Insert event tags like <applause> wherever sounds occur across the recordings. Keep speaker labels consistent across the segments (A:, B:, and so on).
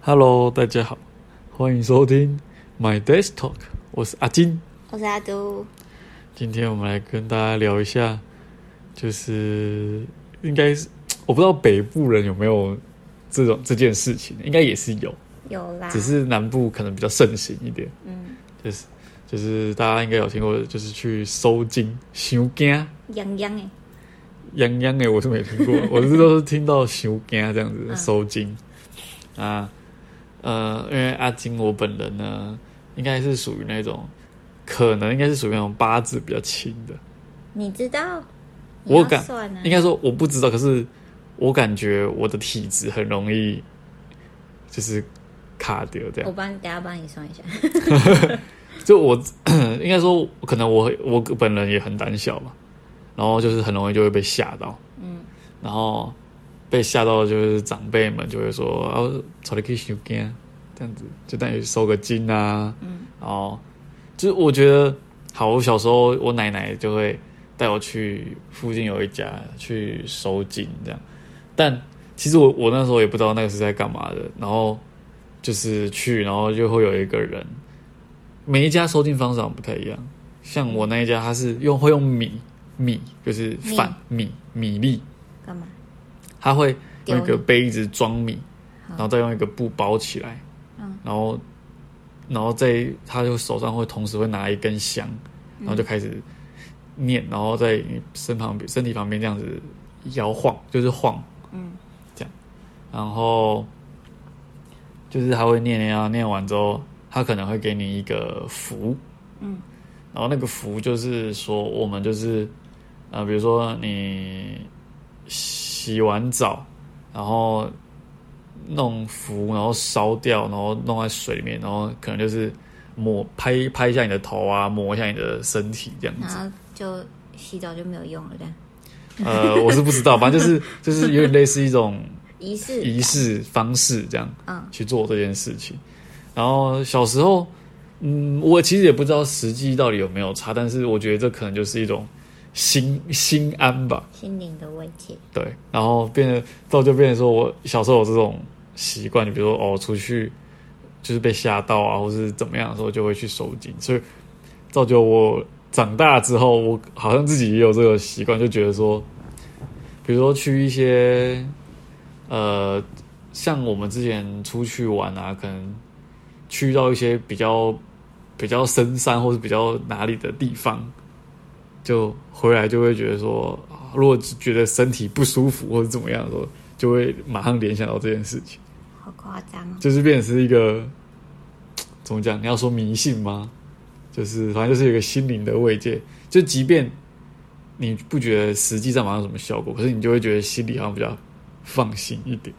A: Hello，大家好，欢迎收听 My Desk Talk，我是阿金。
B: 我是阿都，
A: 今天我们来跟大家聊一下，就是应该是我不知道北部人有没有这种这件事情，应该也是有，
B: 有啦，
A: 只是南部可能比较盛行一点。
B: 嗯，
A: 就是就是大家应该有听过，就是去收金、收惊、
B: 痒痒哎，
A: 泱泱哎，我是没听过，我是都是听到收惊这样子
B: 嗯
A: 收金啊，呃，因为阿金我本人呢，应该是属于那种，可能应该是属于那种八字比较轻的，
B: 你知道？
A: 我
B: 你要
A: 敢
B: 算啊
A: 应，该说我不知道，可是我感觉我的体质很容易就是卡掉这
B: 我
A: 样，
B: 帮你，等下帮你算一下。
A: 就我 <coughs> 应该说可能我我本人也很胆小嘛，然后就是很容易就会被吓到，
B: 嗯，
A: 然后被吓到，就是长辈们就会说：“啊，找你去修根，这样子就等于收个金啊。”
B: 嗯，
A: 然后就是我觉得，好，我小时候我奶奶就会带我去附近有一家去收金这样，但其实我我那时候也不知道那个是在干嘛的，然后就是去，然后就会有一个人，每一家收金方式好像不太一样，像我那一家，他是用会用米米就是饭米米粒。
B: 干嘛？
A: 他会用一
B: 丢
A: 个杯子装米，
B: 好
A: 然后再用一个布包起来，
B: 嗯
A: 然后然后在他就手上会同时会拿一根香，
B: 嗯
A: 然后就开始念，然后在你身旁身体旁边这样子摇晃，就是晃，
B: 嗯，
A: 这样，然后就是他会念念啊，念完之后，他可能会给你一个符，
B: 嗯，
A: 然后那个符就是说我们就是呃，比如说你洗完澡，然后弄符，然后烧掉，然后弄在水里面，然后可能就是抹拍拍一下你的头啊，抹一下你的身体这样
B: 然
A: 子。
B: 后就洗澡就没有用了，这样
A: 呃，我是不知道，反正就是就是有点类似一种
B: 仪式
A: 仪式方式这样。
B: 嗯，
A: 去做这件事情。然后小时候，嗯，我其实也不知道实际到底有没有差，但是我觉得这可能就是一种心心安吧，
B: 心灵的慰藉。
A: 对。然后变得到就变成说我小时候有这种习惯，就比如说哦出去就是被吓到啊，或是怎么样的时候就会去收紧，所以造就我长大之后，我好像自己也有这个习惯，就觉得说，比如说去一些呃，像我们之前出去玩啊，可能去到一些比较比较深山或是比较哪里的地方，就回来就会觉得说，啊如果觉得身体不舒服或者怎么样的时候，就会马上联想到这件事情，
B: 好夸张哦！
A: 就是变成是一个怎么讲？你要说迷信吗？就是反正就是有一个心灵的慰藉，就即便你不觉得实际上马上有什么效果，可是你就会觉得心里好像比较放心一点。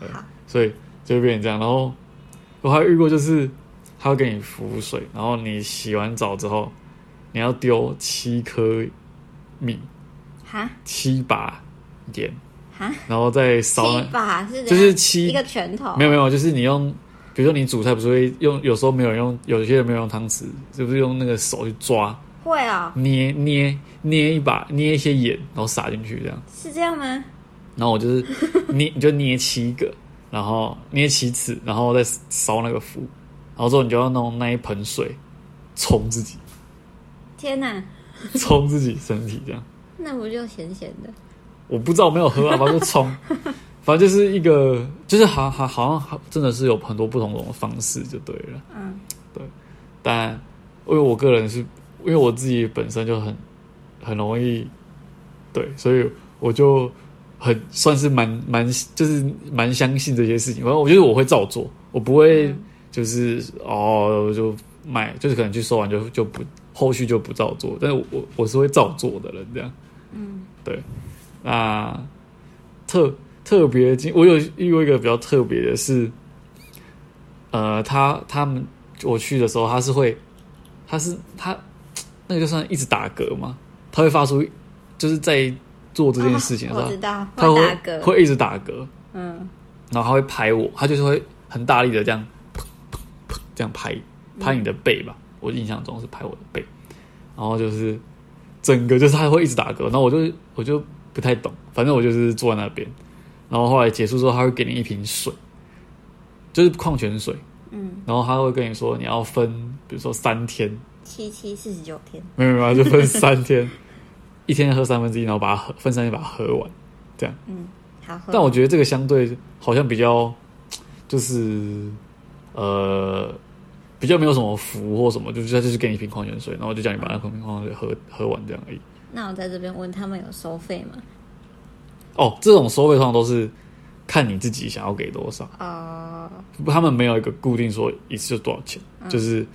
A: 对
B: 好，
A: 所以就会变成这样。然后我还遇过，就是他会给你浮水，然后你洗完澡之后，你要丢七颗米、
B: 哈
A: 七把盐，
B: 哈，
A: 然后再
B: 七
A: 烧那。
B: 把是怎样
A: 就是七
B: 一个拳头，
A: 没有没有，就是你用，比如说你煮菜不是会用，有时候没有人用，有些人没有用汤匙，就是用那个手去抓、
B: 会哦，
A: 捏捏捏一把，捏一些盐，然后撒进去这样。
B: 是这样吗？
A: 然后我就是 <laughs> 捏，你就捏七个，然后捏七次，然后再烧那个符，然后之后你就要弄那一盆水冲自己，
B: 天哪，
A: 冲自己身体这样。
B: 那不就咸咸的？
A: 我不知道我没有喝啊，反正就冲， <laughs> 反正就是一个，就是好好好像真的是有很多不同种的方式就对了。
B: 嗯，
A: 但因为我个人是，因为我自己本身就很很容易，对，所以我就很算是蛮蛮就是蛮相信这些事情。反正我觉得我会照做，我不会就是、哦就买，就是可能去收完就就不后续就不照做。但是我我我是会照做的人，这样。
B: 嗯，
A: 对。那啊特特别经，我有遇过一个比较特别的是，呃，他他们我去的时候，他是会，他是他那个就算一直打嗝嘛，他会发出，就是在做这件事情的
B: 哦
A: 时候，
B: 我知道，
A: 他
B: 会
A: 会
B: 打嗝，
A: 会一直打嗝，
B: 嗯，
A: 然后他会拍我，他就是会很大力的这样，砰砰砰这样拍拍你的背吧，我印象中是拍我的背，然后就是整个就是他会一直打嗝，然后我就我就不太懂，反正我就是坐在那边，然后后来结束之后他会给你一瓶水，就是矿泉水，
B: 嗯，
A: 然后他会跟你说你要分，比如说三天，
B: 七七四十九天，
A: 没有没有，就分三天，一天喝三分之一，然后把它喝分三天把它喝完。
B: 嗯，好喝。
A: 但我觉得这个相对好像比较，就是呃，比较没有什么服务或什么，就是他就是给你一瓶矿泉水，然后就叫你把那瓶矿泉水喝喝完这样而已。
B: 那我在这边问他们有收费吗？
A: 哦，这种收费通常都是看你自己想要给多少，
B: 哦、
A: 他们没有一个固定说一次就多少钱，就是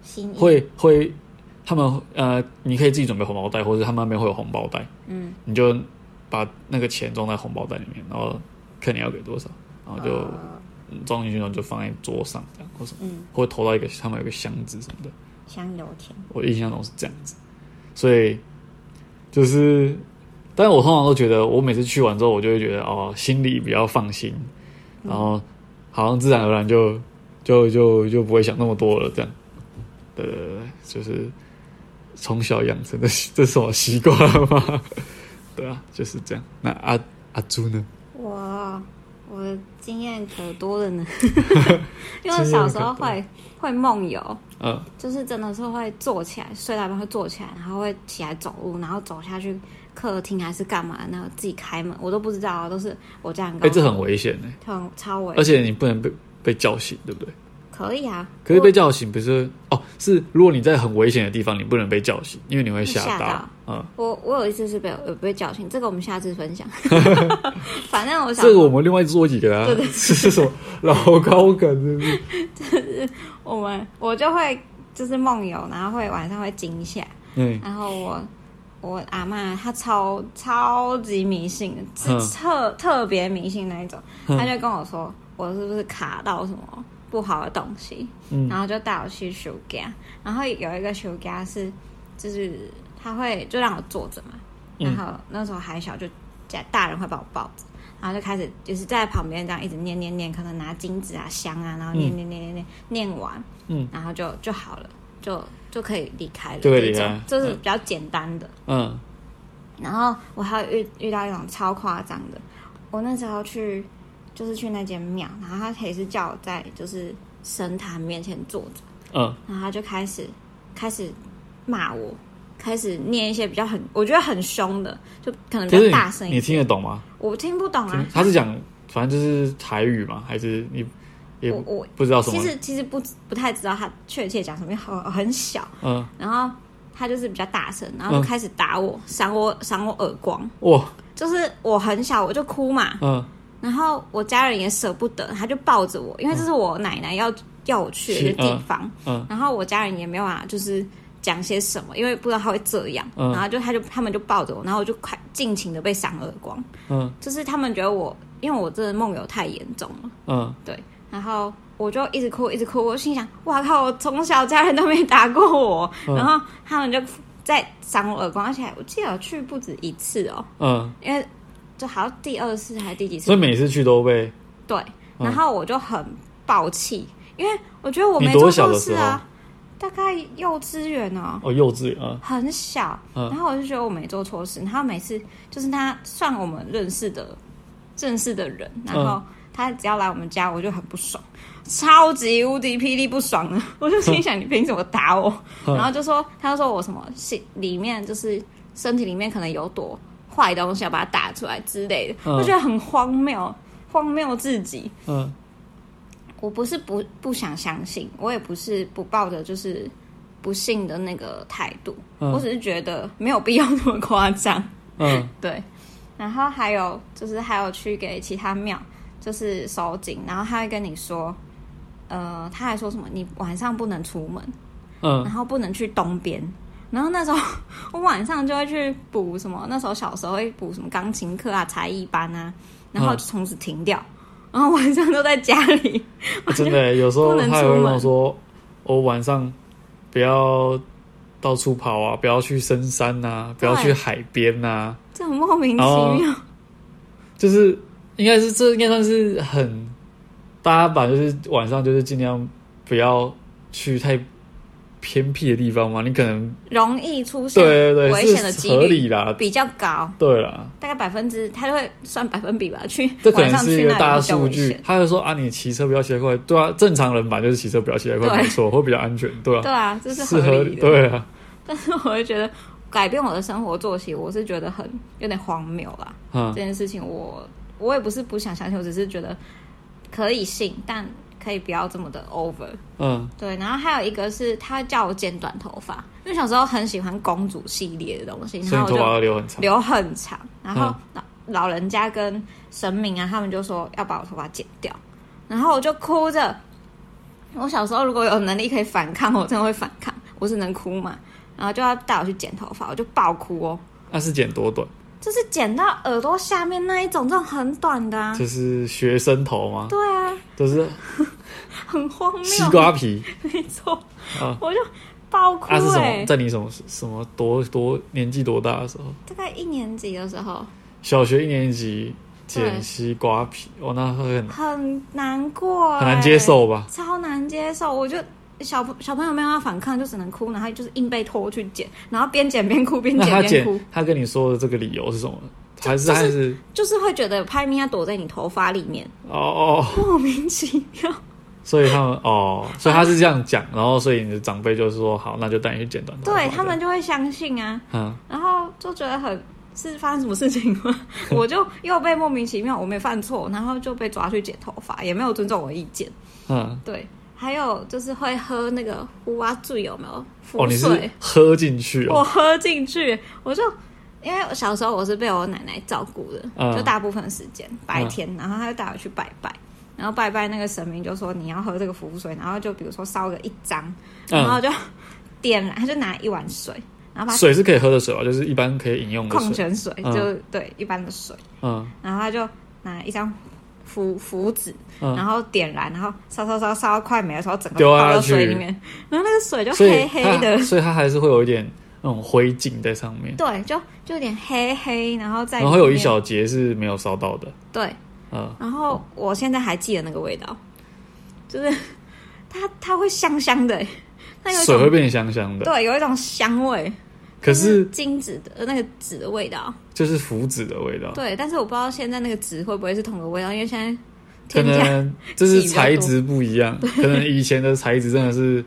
B: 心意
A: 会会他们呃，你可以自己准备红包袋，或者他们那边会有红包袋，
B: 嗯，
A: 你就把那个钱装在红包袋里面，然后看你要给多少，然后就。
B: 哦
A: 嗯装进去，然后就放在桌上这样，或什么，
B: 嗯
A: 或者投到一个他们有个箱子什么的。
B: 香油钱，
A: 我印象中是这样子，所以就是，但是我通常都觉得，我每次去完之后，我就会觉得哦，心里比较放心，然后好像自然而然就就就就不会想那么多了，这样。对对对，对就是从小养成的习这是什么习惯吗？ <laughs> 对啊，就是这样。那阿阿朱呢？
B: 哇，我的经验可多
A: <laughs>
B: 了呢。因
A: 经验可多
B: 为我小时候会会梦游，
A: 嗯，
B: 就是真的是会坐起来，睡到一半会坐起来，然后会起来走路，然后走下去客厅还是干嘛，然后自己开门，我都不知道啊，都是我家人
A: 哎、
B: 跟我
A: 这很危险呢、
B: 很超危
A: 而且你不能被被叫醒，对不对？
B: 可以啊，
A: 可是被
B: 我
A: 叫醒不是哦，是如果你在很危险的地方，你不能被叫醒，因为你会吓
B: 吓
A: 到
B: 到。
A: 嗯，
B: 我我有一次是被有被叫醒，这个我们下次
A: <laughs>
B: 分享。反正我想
A: 这个我们另外做几个啊，
B: 对对
A: 这 <laughs> 是什么老高梗是不
B: <laughs>
A: 是？
B: 我们我就会就是梦游，然后会晚上会惊吓，
A: 嗯，
B: 然后我我阿嬷她超超级迷信的，
A: 嗯
B: 是特特别迷信那一种，
A: 嗯
B: 她就跟我说我是不是卡到什么不好的东西，
A: 嗯
B: 然后就带我去修家，然后有一个修家是就是他会就让我坐着嘛，
A: 嗯
B: 然后那时候还小就家大人会把我抱着。然后就开始就是在旁边这样一直念念念，可能拿金子啊、香啊，然后念
A: 嗯
B: 念念念念念完，
A: 嗯，
B: 然后就就好了，就就可以离开了，
A: 就可以离开
B: 这种这是比较简单的。
A: 嗯，
B: 然后我还有遇遇到一种超夸张的，我那时候去就是去那间庙，然后他可以是叫我在就是神坛面前坐着，
A: 嗯，
B: 然后他就开始开始骂我，开始念一些比较很我觉得很凶的，就可能
A: 可
B: 比
A: 是
B: 较大声
A: 你
B: 一
A: 你
B: 点，
A: 听得懂吗？
B: 我听不懂啊
A: 听，他是讲反正就是台语嘛，还是你也
B: 我我
A: 不知道什
B: 其
A: 么？
B: 实其实不不太知道他确切讲什么，因为很很小。
A: 嗯，
B: 然后他就是比较大声，然后就开始打我，赏我赏我耳光。
A: 哇，
B: 就是我很小我就哭嘛，
A: 嗯，
B: 然后我家人也舍不得，他就抱着我，因为这是我奶奶要要我去的一个地方，
A: 嗯嗯
B: 然后我家人也没有啊，就是。讲些什么？因为不知道他会这样，
A: 嗯
B: 然后就他就他们就抱着我，然后我就快尽情的被赏耳光，
A: 嗯，
B: 就是他们觉得我，因为我真的梦游太严重了，
A: 嗯，
B: 对，然后我就一直哭，一直哭，我心想，哇靠，我从小家人都没打过我，
A: 嗯
B: 然后他们就在赏我耳光，而且我记得我去不止一次哦，
A: 嗯，
B: 因为就好像第二次还是第几
A: 所以，
B: 次
A: 每次去都被
B: 对，
A: 嗯
B: 然后我就很爆气，因为我觉得我
A: 你
B: 没
A: 多
B: 做
A: 小
B: 错
A: 的
B: 事
A: 时候
B: 啊，大概幼稚园哦，
A: 哦幼稚园，嗯
B: 很小，
A: 嗯
B: 然后我就觉得我没做错事，然后每次就是他算我们认识的认识的人，然
A: 嗯
B: 后他只要来我们家，我就很不爽，超级无敌霹雳不
A: <laughs>
B: 爽的，我就心想你凭什么打我？
A: 嗯
B: 然后就说他就说我什么心里面就是身体里面可能有朵坏东西要把它打出来之类的，
A: 嗯
B: 我觉得很荒谬，荒谬至极。
A: 嗯
B: 我不是不不想相信，我也不是不抱着就是不信的那个态度，
A: 嗯
B: 我只是觉得没有必要那么夸张。
A: 嗯
B: 对，然后还有就是还有去给其他庙就是收紧，然后他会跟你说，呃，他还说什么你晚上不能出门，然
A: 嗯，
B: 后不能去东边。然后那时候 <laughs> 我晚上就会去补什么，那时候小时候会补什么钢琴课啊、才艺班啊，然后
A: 嗯
B: 就从此停掉，然后晚上都在家里。
A: <laughs> 真的欸有时候
B: 不能
A: 他也
B: 出
A: 会跟
B: 门
A: 我说，我晚上不要到处跑啊，不要去深山呐、不要去
B: 对
A: 海边呐、
B: 这很莫名其
A: 哦
B: 妙。
A: 就是应该是这应该算是很大家把就是晚上就是尽量不要去太偏僻的地方嘛，你可能
B: 容易出现
A: 对对
B: 危
A: 对
B: 险的
A: 是
B: 几
A: 合
B: 率
A: 理啦，
B: 比较高，
A: 对啦，
B: 大概百分之，他就会算百分比吧，去
A: 这可
B: 晚
A: 能
B: 上
A: 是
B: 去
A: 一个
B: 那里
A: 大
B: 比较
A: 数
B: 危
A: 据
B: 险。。
A: 他就说啊，你骑车不要骑太快，对啊，正常人吧就是骑车不要骑太快，
B: 对
A: 没错，会比较安全，对啊，
B: 对啊，这是
A: 是
B: 合
A: 理，
B: 理的。
A: 对啊，
B: 但是我会觉得改变我的生活作息，我是觉得很有点荒谬啦。
A: 嗯
B: 这，件事情我我也不是不想相信，我只是觉得可以信，但可以不要这么的 over。
A: 嗯，
B: 对，然后还有一个是他叫我剪短头发，因为小时候很喜欢公主系列的东西，
A: 所以
B: 然
A: 你
B: 后
A: 头发
B: 我就
A: 要留很长，
B: 留很长，然后老老人家跟神明啊，他们就说要把我头发剪掉，然后我就哭着。我小时候如果有能力可以反抗，我真的会反抗，我只能哭嘛，然后就要带我去剪头发，我就爆哭哦，
A: 那啊是剪多短，
B: 就是剪到耳朵下面那一种，这种很短的啊，
A: 就是学生头吗？
B: 对啊，
A: 就是
B: 很荒谬，
A: 西瓜皮
B: 没 <laughs> 错，嗯
A: 啊。
B: 我就爆哭
A: 啊是什
B: 哎、
A: 么？在你什么什么多多年纪多大的时候？
B: 大概一年级的时候，
A: 小学一年级剪
B: 对
A: 西瓜皮，哦，那会很
B: 很难过、
A: 很难接，受吧？
B: 超难接受。我就小朋小朋友没有办法反抗，就只能哭，然后就是硬被拖去剪，然后边剪边哭，边
A: 那他
B: 剪
A: 剪
B: 边哭，
A: 他跟你说的这个理由是什么？还是还是
B: 哎就是会觉得拍咪要躲在你头发里面，
A: 哦哦，哦
B: 莫名其妙。
A: 所以他们哦，所以他是这样讲，然后所以你的长辈就是说好，那就带你去剪短头发。
B: 对他们就会相信啊，
A: 这样，
B: 然后就觉得很。是发生什么事情
A: <laughs>
B: 吗？我就又被莫名其妙，我没犯错，然后就被抓去剪头发，也没有尊重我的意见。
A: 嗯嗯，
B: 对，还有就是会喝那个胡啊醉有没有？
A: 哦，
B: 浮
A: 你
B: 水，
A: 是喝进去
B: 我
A: 哦，
B: 喝进去，我就因为我小时候我是被我奶奶照顾的，
A: 嗯
B: 就大部分时间白天，然后她就带我去拜拜。然后拜拜，那个神明就说你要喝这个符水，然后就比如说烧个一张，然后
A: 嗯，
B: 就点燃，他就拿一碗水，然后把
A: 水是可以喝的水吧，哦就是一般可以饮用的
B: 矿
A: 水，
B: 泉水，
A: 嗯
B: 就对一般的水，
A: 嗯
B: 然后他就拿一张符符纸，然
A: 嗯，
B: 后点燃，然后烧烧烧烧到快没的时候，整个
A: 丢下
B: 泡到水
A: 去
B: 里面，然后那个水就
A: 所以
B: 黑黑的 <laughs>
A: 它，所以它还是会有一点那种灰烬在上面，
B: 对，就就有点黑黑，然后再
A: 然后有
B: 里
A: 一
B: 面
A: 小节是没有烧到的，
B: 对，
A: 嗯，
B: 然后我现在还记得那个味道，就是 <laughs> 它它会香香的欸， <laughs> 它有一
A: 水会
B: 种
A: 变香香的，
B: 对有一种香味，
A: 可
B: 就是金子的呃那个纸的味道，
A: 就是符纸的味道，
B: 对，但是我不知道现在那个纸会不会是同个味道，因为现在
A: 可
B: 添加
A: 能就是材质不一样，可能以前的材质真的是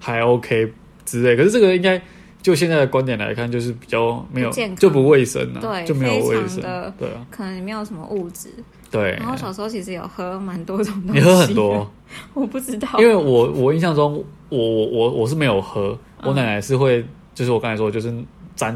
A: 还 OK 之类，可是这个应该就现在的观点来看，就是比较没有
B: 不健康
A: 就不卫生啊，
B: 对
A: 就没有卫生
B: 非常的，
A: 对啊，
B: <laughs> 可能里面有什么物质，
A: 对
B: 然。后小时候其实有喝蛮多种东西，
A: 你喝很多，，
B: <laughs> 我不知道，
A: 因为我我印象中，我我我我是没有喝，我
B: 嗯
A: 奶奶是会，就是我刚才说，就是沾，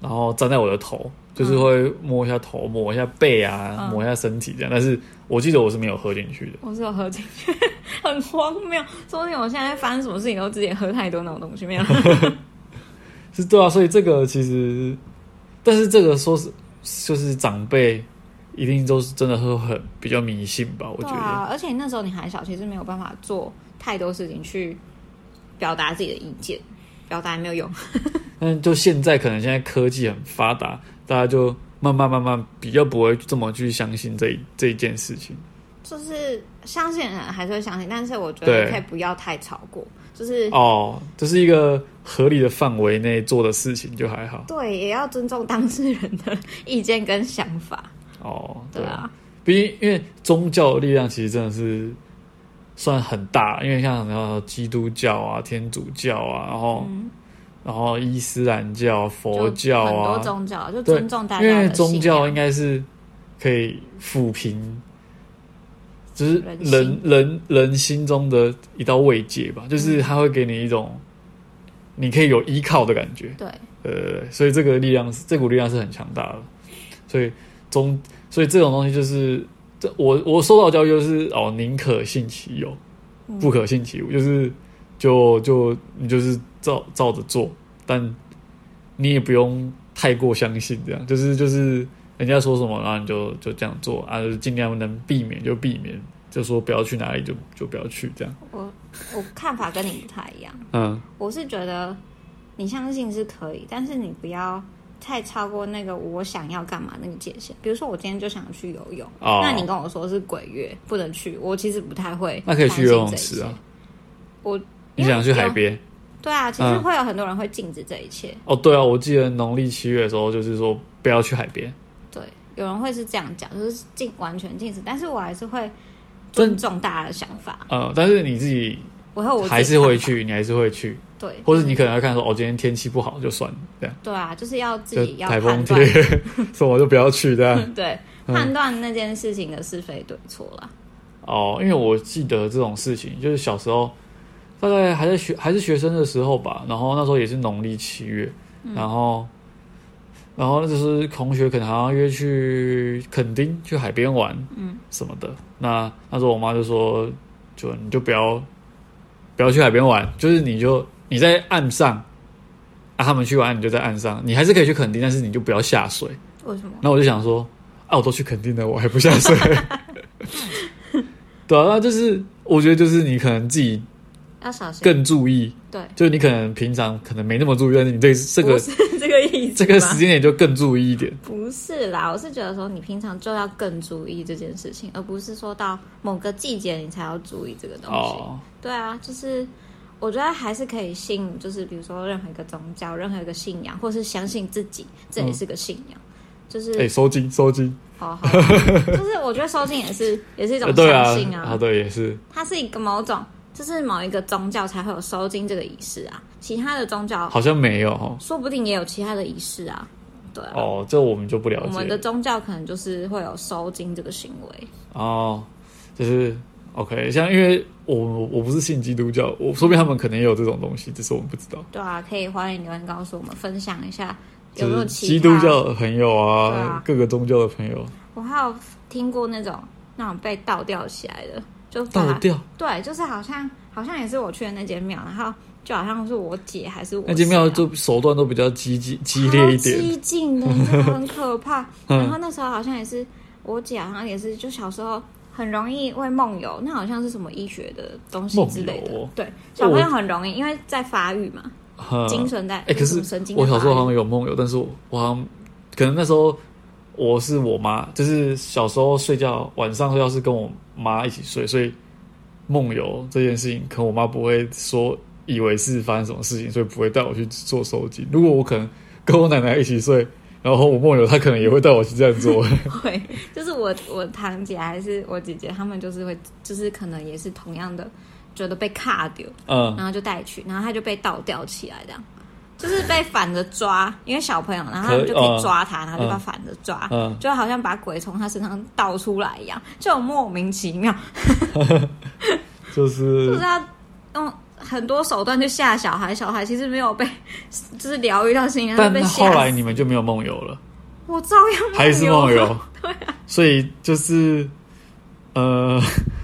A: 然后沾在我的头，就是会摸一下头，摸一下背啊，
B: 嗯
A: 摸一下身体这样，但是我记得我是没有喝进去的。
B: 我是有喝进去， <laughs> 很荒谬。说不定我现在发生什么事情都之前喝太多那种东西，没有。
A: 是对啊，所以这个其实，但是这个说是就是长辈一定都是真的会很比较迷信吧，我
B: 对
A: 觉得。
B: 啊，而且那时候你还小，其实没有办法做太多事情去表达自己的意见，表达也没有用。 <laughs>
A: 但就现在可能现在科技很发达，大家就慢慢慢慢比较不会这么去相信这一这一件事情。
B: 就是相信的人还是会相信，但是我觉
A: 对
B: 得可以不要太超过，就是
A: 哦，这是一个合理的范围内做的事情就还好。
B: 对，也要尊重当事人的意见跟想法。
A: 哦，
B: 对啊，
A: 毕竟因为宗教的力量其实真的是算很大，因为像然后基督教啊、天主教啊，然后、
B: 嗯
A: 然后伊斯兰教、佛
B: 就
A: 教
B: 很多
A: 啊，
B: 宗教就
A: 对
B: 尊重大家
A: 因为
B: 的
A: 宗
B: 信
A: 教
B: 仰
A: 应该是可以抚平，就是
B: 人
A: 人
B: 心
A: 人人心中的一道慰藉吧，
B: 嗯
A: 就是它会给你一种你可以有依靠的感觉。
B: 对
A: 呃，所以这个力量是这股力量是很强大的，所以中所以这种东西就是这我我受到的教育就是哦，宁可信其有，
B: 嗯
A: 不可信其无，就是就就你就是照照着做，但你也不用太过相信，这样就是就是人家说什么，然后你就就这样做啊，就是尽量能避免就避免，就说不要去哪里就就不要去这样，
B: 我我看法跟你不太一样。
A: 嗯
B: 我是觉得你相信是可以，但是你不要太超过那个我想要干嘛那个界限。比如说，我今天就想去游泳，
A: 哦，
B: 那你跟我说是鬼月不能去，我其实不太会。
A: 啊那可以去游泳池啊，，
B: 我
A: 你想去海边？
B: 对啊，其
A: 嗯
B: 实会有很多人会禁止这一切。
A: 哦，对啊，我记得农历七月的时候，就是说不要去海边，
B: 对，有人会是这样讲，就是禁完全禁止，但是我还是会
A: 但
B: 尊重大家的想法，
A: 呃，但是你自己
B: 我哦会有我自己
A: 还是会
B: 看法
A: 去，你还是会去，
B: 对，
A: 或者你可能要看说，哦，今天天气不好就算了，这样
B: 对啊，就是要自己
A: 就
B: 要
A: 台风
B: 判
A: 天
B: 断，
A: <laughs> 什么就不要去这样。
B: <laughs> 对，
A: 嗯
B: 判断那件事情的是非对错啦。
A: 哦，因为我记得这种事情，就是小时候大概还在学还是学生的时候吧，然后那时候也是农历七月，然后然后就是同学可能好像约去垦丁去海边玩，嗯，什么的。那那时候我妈就说，就你就不要不要去海边玩，就是你就你在岸上。啊，他们去玩，你就在岸上，你还是可以去垦丁，但是你就不要下水。
B: 为什么？
A: 那我就想说，啊，我都去垦丁了，我还不下水。 <laughs> 对啊，那就是我觉得就是你可能自己
B: 要小心。
A: 更注意，
B: 对，
A: 就你可能平常可能没那么注意，但是你对这
B: 不
A: 个
B: 是这个意思。
A: 这个时。间点就更注意一点。
B: 不是啦，我是觉得说你平常就要更注意这件事情，而不是说到某个季节你才要注意这个东西。
A: 哦，
B: 对啊，就是我觉得还是可以信，就是比如说任何一个宗教、任何一个信仰，或是相信自己，这也是个信仰。就是、
A: 嗯哎、收金收金，
B: 好好，
A: <laughs>
B: 就是我觉得收信也是也是一种
A: 呃对啊
B: 相信，
A: 啊对也是，
B: 它是一个某种，就是某一个宗教才会有收金这个仪式啊，其他的宗教
A: 好像没有哦。
B: 说不定也有其他的仪式啊。对啊，
A: 哦，这我们就不了
B: 我们的
A: 解
B: 宗教可能就是会有收金这个行为。
A: 哦，就是 OK，像因为我我不是信基督教，我说不定他们可能也有这种东西，只是我们不知道。
B: 对啊，可以欢迎留言告诉我们分享一下有
A: 就
B: 没
A: 是
B: 有其他
A: 基督教的朋友
B: 对
A: 啊
B: 啊，
A: 各个宗教的朋友
B: 我还有听过那种那种被倒吊起来的，就把
A: 倒掉。
B: 对，就是好像好像也是我去的那间庙，然后就好像是我姐还是我
A: 那间庙
B: 谁啊
A: 就手段都比较激进激烈一
B: 超
A: 点，
B: 激进的，真的很可
A: <laughs>
B: 怕。
A: 嗯
B: 然后那时候好像也是我姐，好像也是就小时候。很容易会梦游，那好像是什么医学的东西之类的
A: 梦游哦。
B: 对，小朋友很容易，因为在发育嘛，
A: 哈
B: 精神在。
A: 哎、可
B: 什
A: 是
B: 么神经在
A: 我小时候
B: 发育
A: 好像有梦游，但是我我好像可能那时候我是我妈，就是小时候睡觉晚上睡觉是跟我妈一起睡，所以梦游这件事情，可能我妈不会说以为是发生什么事情，所以不会带我去做收集。如果我可能跟我奶奶一起睡，然后我梦游，她可能也会带我去这样做。 <laughs>
B: 会，就是我我堂姐还是我姐姐，她们就是会，就是可能也是同样的，觉得被卡丢，
A: 嗯，
B: 然后就带去，然后她就被倒吊起来，这样，就是被反着抓，因为小朋友，然后他们就可以抓他，然后就把他反着抓，
A: 哦嗯
B: 就好像把鬼从他身上倒出来一样，就很莫名其妙，
A: 就
B: <laughs> 就是是要用很多手段去吓小孩，小孩其实没有被，就是疗愈到心灵，他
A: 但
B: 就被吓
A: 后来
B: 死
A: 你们就没有梦游了。
B: 我照样
A: 还是梦游
B: 啊， <laughs> 对啊，
A: 所以就是，呃，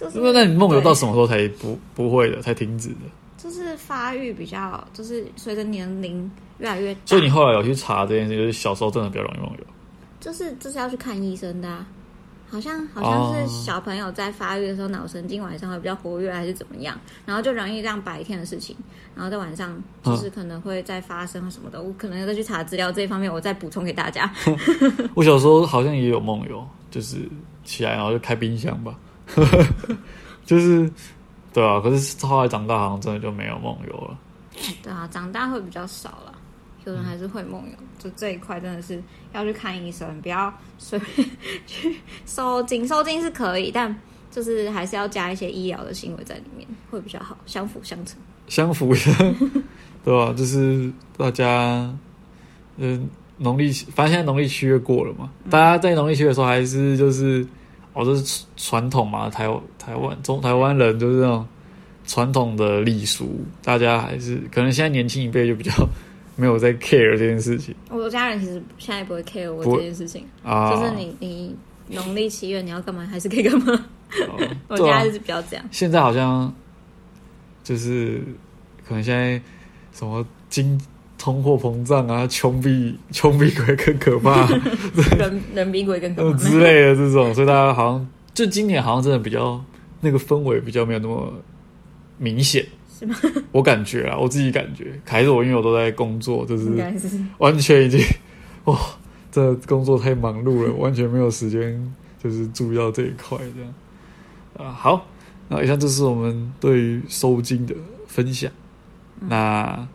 B: 就
A: <laughs>
B: 是
A: 那那你梦游
B: 对
A: 到什么时候才不不会的，才停止的？
B: 就是发育比较，就是随着年龄越来越大，
A: 所以你后来有去查这件事，就是小时候真的比较容易梦游。
B: 就是就是要去看医生的、啊。好像好像
A: 哦
B: 是小朋友在发育的时候，脑神经晚上会比较活跃，还是怎么样，然后就容易让白天的事情，然后在晚上
A: 嗯
B: 就是可能会再发生什么的。我可能再去查资料这一方面，我再补充给大家。
A: 我小时候好像也有梦游，就是起来然后就开冰箱吧， <laughs> 就是对啊。可是后来长大好像真的就没有梦游了。
B: 对啊，长大会比较少了，有人还是会梦游，就这一块真的是要去看医生，不要随便去收金，收金是可以，但就是还是要加一些医疗的行为在里面，会比较好，相辅相成。
A: 相符
B: <laughs>
A: 的，对吧、就是大家，嗯，农历反正现在农历七月过了嘛，
B: 嗯
A: 大家在农历七月的时候还是就是，哦，这是传统嘛，台台湾中台湾人就是那种传统的礼俗，大家还是可能现在年轻一辈就比较没有在 care 这件事情
B: 我家人其实现在也不会 care 我
A: 不会
B: 这件事情，
A: 啊，
B: 就是你你农历七月你要干嘛还是可以干嘛，
A: 哦
B: <laughs> 我
A: 对
B: 家
A: 啊
B: 就是比较这样。
A: 现在好像就是可能现在什么经通货膨胀啊，穷比穷比鬼更可怕、啊
B: 人人比
A: <laughs>
B: 鬼更可
A: 嗯
B: 怕。
A: 之类的这种，所以大家好像就今年好像真的比较那个氛围比较没有那么明显，
B: 是吗？
A: 我感觉啊，我自己感觉，还是我因为我都在工作，就是
B: 应该是
A: 完全已经哇，这工作太忙碌了，完全没有时间就是注意到这一块这样啊。好，那以上就是我们对于收金的分享。
B: 嗯
A: 那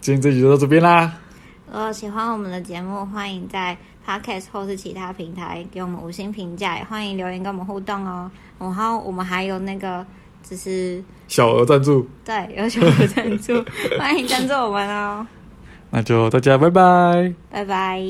A: 今天这集就到这边啦，
B: 如果呃喜欢我们的节目，欢迎在 Podcast 或是其他平台给我们五星评价，也欢迎留言跟我们互动哦。然后我们还有那个，就是
A: 小额赞助，
B: 对有小额赞助，欢迎赞助我们哦，
A: 那就大家拜拜。
B: 拜拜。